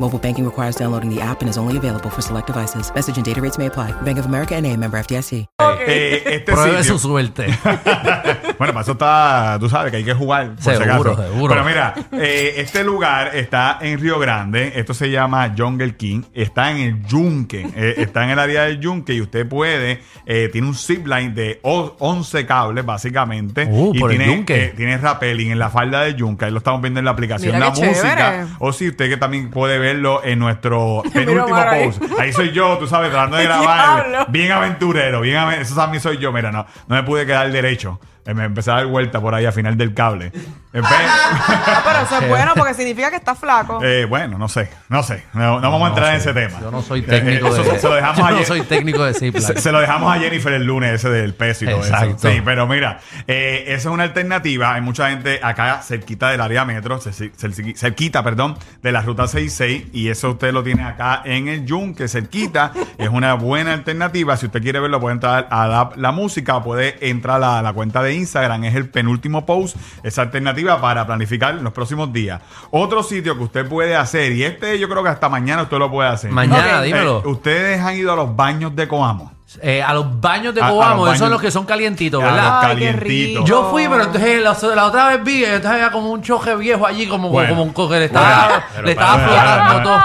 Mobile banking requires downloading the app and is only available for select devices. Message and data rates may apply. Bank of America and a member FDIC. Eh, este Pruebe sitio- su suerte. Bueno, para eso está, tú sabes que hay que jugar. Por si Seguro, acaso. seguro. Pero mira, eh, este lugar está en Río Grande. Esto se llama Jungle King. Está en el Yunque. eh, está en el área del Yunque y usted puede. eh, tiene un zip line de o- 11 cables, básicamente. Uh, y por el tiene, Yunque. eh, tiene rappelling en la falda del Yunque. Ahí lo estamos viendo en la aplicación. Mira la qué música. chévere. O si usted que también puede verlo en nuestro penúltimo Omar ahí. post. Ahí soy yo, tú sabes, tratando de grabar. Diablo. Bien aventurero, bien aven- Eso también soy yo. Mira, no, no me pude quedar derecho. Eh, Me empecé a dar vuelta por ahí al final del cable. Eh, En vez- Ah, pero eso es bueno porque significa que estás flaco. Eh, bueno, no sé, no sé. No, no vamos a entrar en ese tema. Yo no soy técnico Eh, eso de se lo dejamos Yo a no Jen- soy técnico de Zipline. se, se lo dejamos a Jennifer el lunes, ese del peso y todo Exacto. eso. Sí, pero mira, eh, esa es una alternativa. Hay mucha gente acá cerquita del área metro, cer- cer- cerquita, perdón, de la ruta 66. Y eso usted lo tiene acá en el Yunque, cerquita. es una buena alternativa. Si usted quiere verlo, puede entrar a la, la música, puede entrar a la cuenta de Instagram. Es el penúltimo post, esa alternativa para planificar los próximos días. Otro sitio que usted puede hacer, y este yo creo que hasta mañana usted lo puede hacer. Mañana, Ok. dímelo. Eh, Ustedes han ido a los baños de Coamo. Eh, a los baños de A- a los Coamo, esos baños- son los que son calientitos, A los ¿verdad? Ay, qué calientitos. rico. Yo fui, pero entonces la, la otra vez vi, entonces había como un choje viejo allí, como, Bueno. como un coge, le estaba, Bueno, pero le estaba para, para, para, aflojando todo.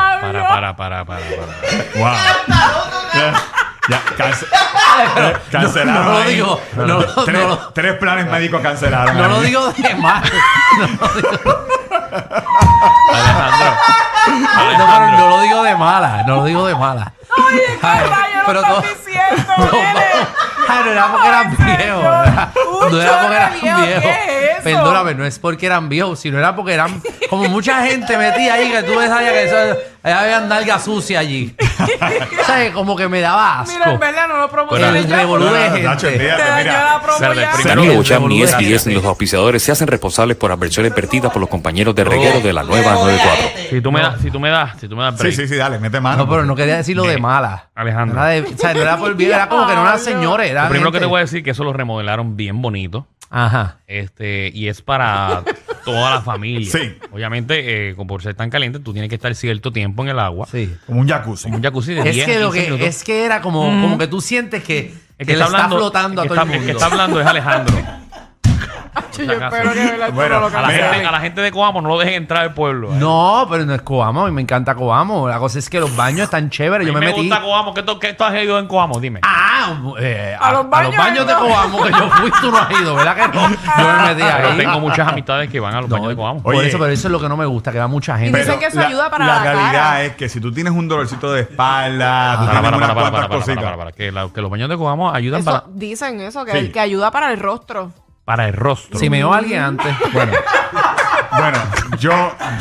Para, para, para, para, para. Wow. ya, ya, cance- eh, cancelaron. no lo ahí. digo, no lo- no tres, lo- tres planes médicos cancelaron. No lo ahí. digo de mal. Alejandro. No, pero Alejandro. no lo digo de mala, no lo digo de mala. Oye, ¿qué Ay, rayos pero lo estás todo- diciendo, No, nene? Ay, no era porque eran Ay, señor. viejos. ¿verdad? Un No era porque eran chorro viejo, viejos. ¿qué es eso? Perdóname, no es porque eran viejos, sino era porque eran como mucha gente metida ahí que tú ves allá que eso, allá había nalga sucia allí. o sea, que como que me daba asco. Mira, en verdad no lo promociones El ya. revolú- porque gente. Nacho, Te olvídate, dañó mira. la promo Sale ya. primero. Danilo Sí, Bocham, revolú- ni es ni es ni los auspiciadores se hacen responsables por adversiones vertidas por los compañeros de reguero de la nueva 94. Si tú me das, si tú me das, si tú me das Sí, break. sí, sí, dale, mete mano. No, pero no quería decirlo de mala. Alejandro. No Era de- o sea, no era por bien, era como que no eran señores. Lo Eran primero que te gente. voy a decir que eso lo remodelaron bien bonito. Ajá. Este, y es para toda la familia. Sí. Obviamente, eh, como por ser tan caliente, tú tienes que estar cierto tiempo en el agua. Sí. Como un jacuzzi. Un jacuzzi de Es 10, que, lo 15 que, minutos. es que era como, como que tú sientes que, El que le está, flotando el a todo que el está- mundo. El que está hablando es Alejandro. Yo espero que Belardo Bueno, no lo A la, Mira. gente, a la gente de Coamo no lo dejen entrar al pueblo. eh. A No, pero no es Coamo, a mí me encanta Coamo. La cosa es que los baños están chéveres. Yo mí me, me, metí. gusta Coamo. ¿Qué, tú- qué tú has ido en Coamo? Dime. Ah, eh, a, A los a los baños baños, de ¿no? Coamo que yo fui, tú no has ido, ¿verdad que no? Yo me metí Pero ahí. tengo muchas amistades que van a los baños de Coamo. Por Oye. eso, pero eso es lo que no me gusta, que va mucha gente. Dicen que eso ayuda para la realidad cara. es que si tú tienes un dolorcito de Ah, espalda, tú Para, tienes para, unas para, para, cuantas para, para, cositas. para, para, que, la- que los baños de Coamo ayudan Eso, para, dicen eso, que, Sí. que ayuda para el rostro. para el rostro. Si me dio alguien antes, bueno. Bueno, yo,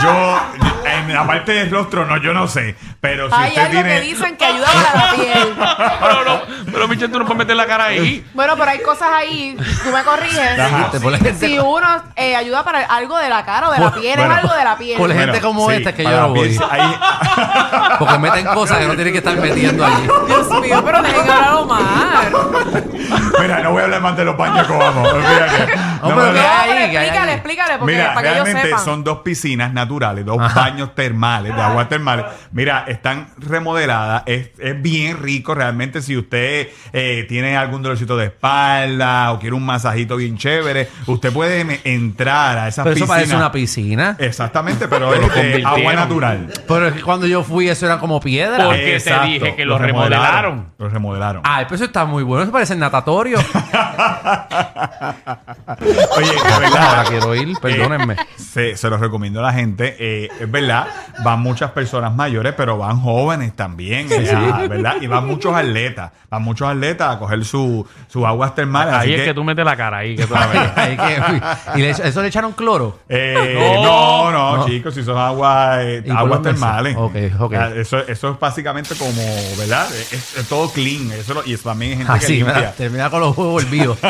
yo, en la parte del rostro, no, yo no sé. Pero si Hay usted algo tiene. que dicen que ayuda para la piel. pero, no, pero Michelle, tú no puedes meter la cara ahí. Bueno, pero hay cosas ahí, tú me Ajá. corriges. Por la gente, Si uno eh, ayuda para algo de la cara o de la piel, bueno. es algo de por la la piel. gente Bueno, como sí, esta es que yo para no voy. pies- ahí- Porque meten cosas que no tienen que estar metiendo allí. Dios mío, pero dejen hablar a Omar. mira, no voy a hablar más de los baños de Coamo. olvídate. No No, pero voy a que hablar- hay Hombre, ahí, que hay explícale, ahí. explícale, porque Mira, para que ellos realmente sepan. son dos piscinas naturales, dos baños termales, de aguas termales. Mira, están remodeladas, es, es bien rico realmente si usted eh, tiene algún dolorcito de espalda o quiere un masajito bien chévere, usted puede em- entrar a esas Pero eso piscinas. parece una piscina. Exactamente, pero Lo es de agua convirtieron. natural. Pero es que cuando yo fui, eso era como piedra. Porque te dije que lo remodelaron. Ah, Lo remodelaron. Ah, pero eso está muy bueno. Eso parece Gregorio. Oye, de Ahora verdad, quiero ir, perdónenme. se, se los recomiendo a la gente. eh, es verdad, van muchas personas mayores, pero van jóvenes también. ya, ¿verdad? Y van muchos atletas. Van muchos atletas a coger su, sus aguas termales. Ahí así es que tú metes la cara ahí. Que tú la ves. Hay que- uy. y le- eso le echaron cloro. Eh, no, no, chicos, si son aguas, eh, ¿Y aguas color de eso? termales. Ok, ok. Ah, Eso, eso es básicamente como, ¿verdad? Es, es todo clean. Eso lo- y eso también es gente Ah, que Así, limpia. Ah, mira, termina con los huevos hervidos.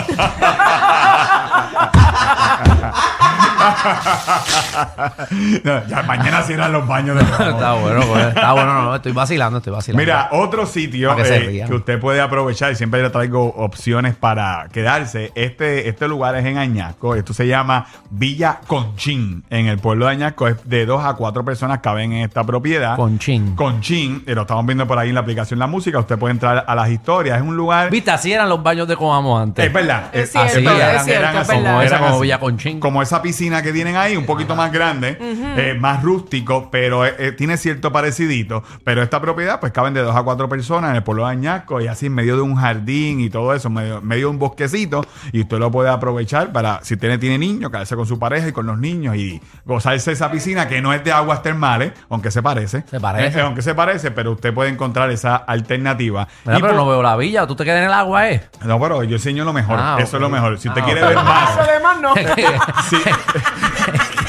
No, ya mañana cierran los baños de nuevo. está bueno, pues, está bueno, no, no, estoy vacilando, estoy vacilando. Mira, otro sitio Para que se eh, rían. que usted puede aprovechar, y siempre le traigo opciones para quedarse. Este, este lugar es en Añasco, esto se llama Villa Conchín, en el pueblo de Añasco. Es de dos a cuatro personas caben en esta propiedad. Conchín. Conchín, eh, lo estamos viendo por ahí en la aplicación La Música. Usted puede entrar a las historias, es un lugar... Viste, así eran los baños de Coamo antes. Es verdad. Es así cierto, eran, es cierto, eran es así, verdad. eran Esa como así. Villa Conchín. Como esa piscina que tienen ahí, un poquito más grande, eh, más rústico, pero eh, eh, tiene cierto parecidito. Pero esta propiedad, pues caben de dos a cuatro personas en el pueblo de Añasco y así en medio de un jardín y todo eso, medio, medio de un bosquecito. Y usted lo puede aprovechar para, si tiene, tiene niños, quedarse con su pareja y con los niños y gozarse esa piscina que no es de aguas termales, aunque se parece. Se parece. Eh, eh, aunque se parece, pero usted puede encontrar esa alternativa. Mira, Y pero por- no veo la villa, tú te quedas en el agua, ¿eh? no, pero yo enseño lo mejor. Ah, Eso es lo ok. mejor. Si usted Ah, quiere ok. ver más. Lo demás no.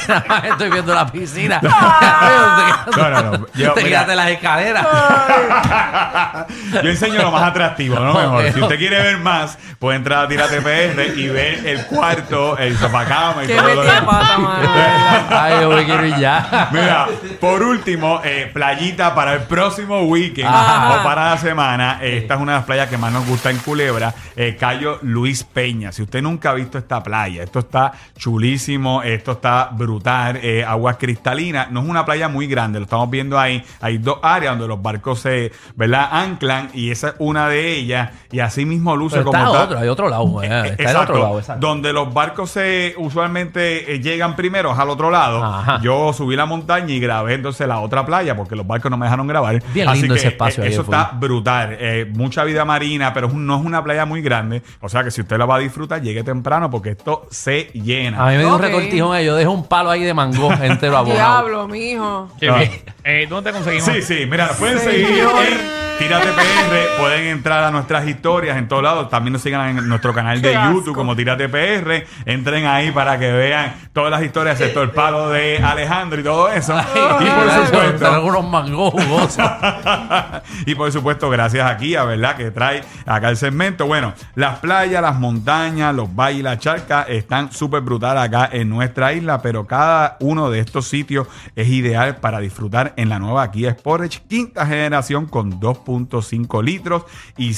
Nada más estoy viendo la piscina. Te No, quedas- no, no. Yo, te mira, quedaste en las escaleras. yo enseño lo más atractivo, no Ok, mejor. Si ok. usted quiere ver más, puede entrar a Tira TPR y ver el cuarto, el sofacama y Qué todo lo metida demás. pata, mano. Ay, yo me quiero ir ya. Mira, por último, eh, playita para el próximo weekend Ajá. o para la semana. Eh, Esta es una de las playas que más nos gusta en Culebra, eh, Cayo Luis Peña. Si usted nunca ha visto esta playa, esto está chulísimo, esto está brutal, eh, aguas cristalinas. No es una playa muy grande, lo estamos viendo ahí. Hay dos áreas donde los barcos se, ¿verdad? Anclan y esa es una de ellas. Y así mismo luce Pero como está está. otro, hay otro lado. eh, Está el Exacto. otro lado, exacto. Donde los barcos se usualmente eh, llegan primero es al otro lado. Ajá. Yo subí la montaña y grabé entonces la otra playa porque los barcos no me dejaron grabar. Bien lindo ese espacio eh, ahí, Eso full. está brutal. Eh, mucha vida marina, pero es un- no es una playa muy grande. O sea que si usted la va a disfrutar, llegue temprano porque esto se llena. A mí me dio Ok. un retortijón ahí, yo dejo un palo ahí de mango entero abogado. Diablo, mijo. Qué Ah. bien. Eh, ¿Dónde te conseguimos? Sí, sí, mira, pueden seguir en Tírate PR, pueden entrar a nuestras historias en todos lados, también nos sigan en nuestro canal de Qué asco. YouTube como Tírate PR, entren ahí para que vean todas las historias, excepto el palo de Alejandro y todo eso. y por Tengo supuesto, unos mangos jugosos. y por supuesto, gracias a Kia, ¿verdad? Que trae acá el segmento. Bueno, las playas, las montañas, los valles y las charcas están súper brutales acá en nuestra isla, pero cada uno de estos sitios es ideal para disfrutar en la nueva Kia Sportage quinta generación con 2.5 litros y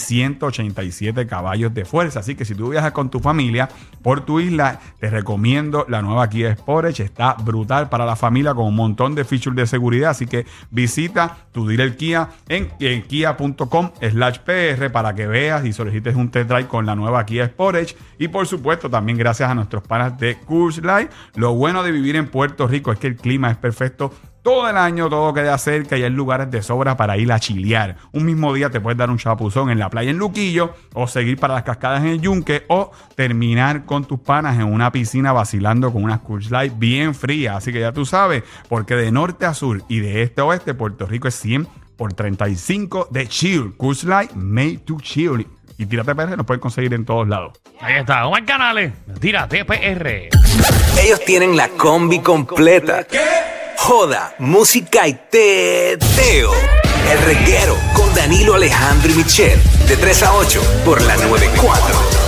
187 caballos de fuerza. Así que si tú viajas con tu familia por tu isla, te recomiendo la nueva Kia Sportage. Está brutal para la familia con un montón de features de seguridad. Así que visita tu dealer Kia en, en kia.com slash PR para que veas y solicites un test drive con la nueva Kia Sportage. Y por supuesto, también gracias a nuestros panas de Curse Life. Lo bueno de vivir en Puerto Rico es que el clima es perfecto todo el año todo queda cerca y hay lugares de sobra para ir a chilear. Un mismo día te puedes dar un chapuzón en la playa en Luquillo o seguir para las cascadas en el Yunque o terminar con tus panas en una piscina vacilando con unas Coors Light bien frías. Así que ya tú sabes, porque de norte a sur y de este a oeste, Puerto Rico es 100 por 35 de chill. Coors Light made to chill. Y tírate PR, nos pueden conseguir en todos lados. Ahí está, Omar Canales. Tírate PR. Ellos tienen la combi completa. Joda, música y teo. El reguero con Danilo Alejandro y Michel. De 3 a 8 por la 94.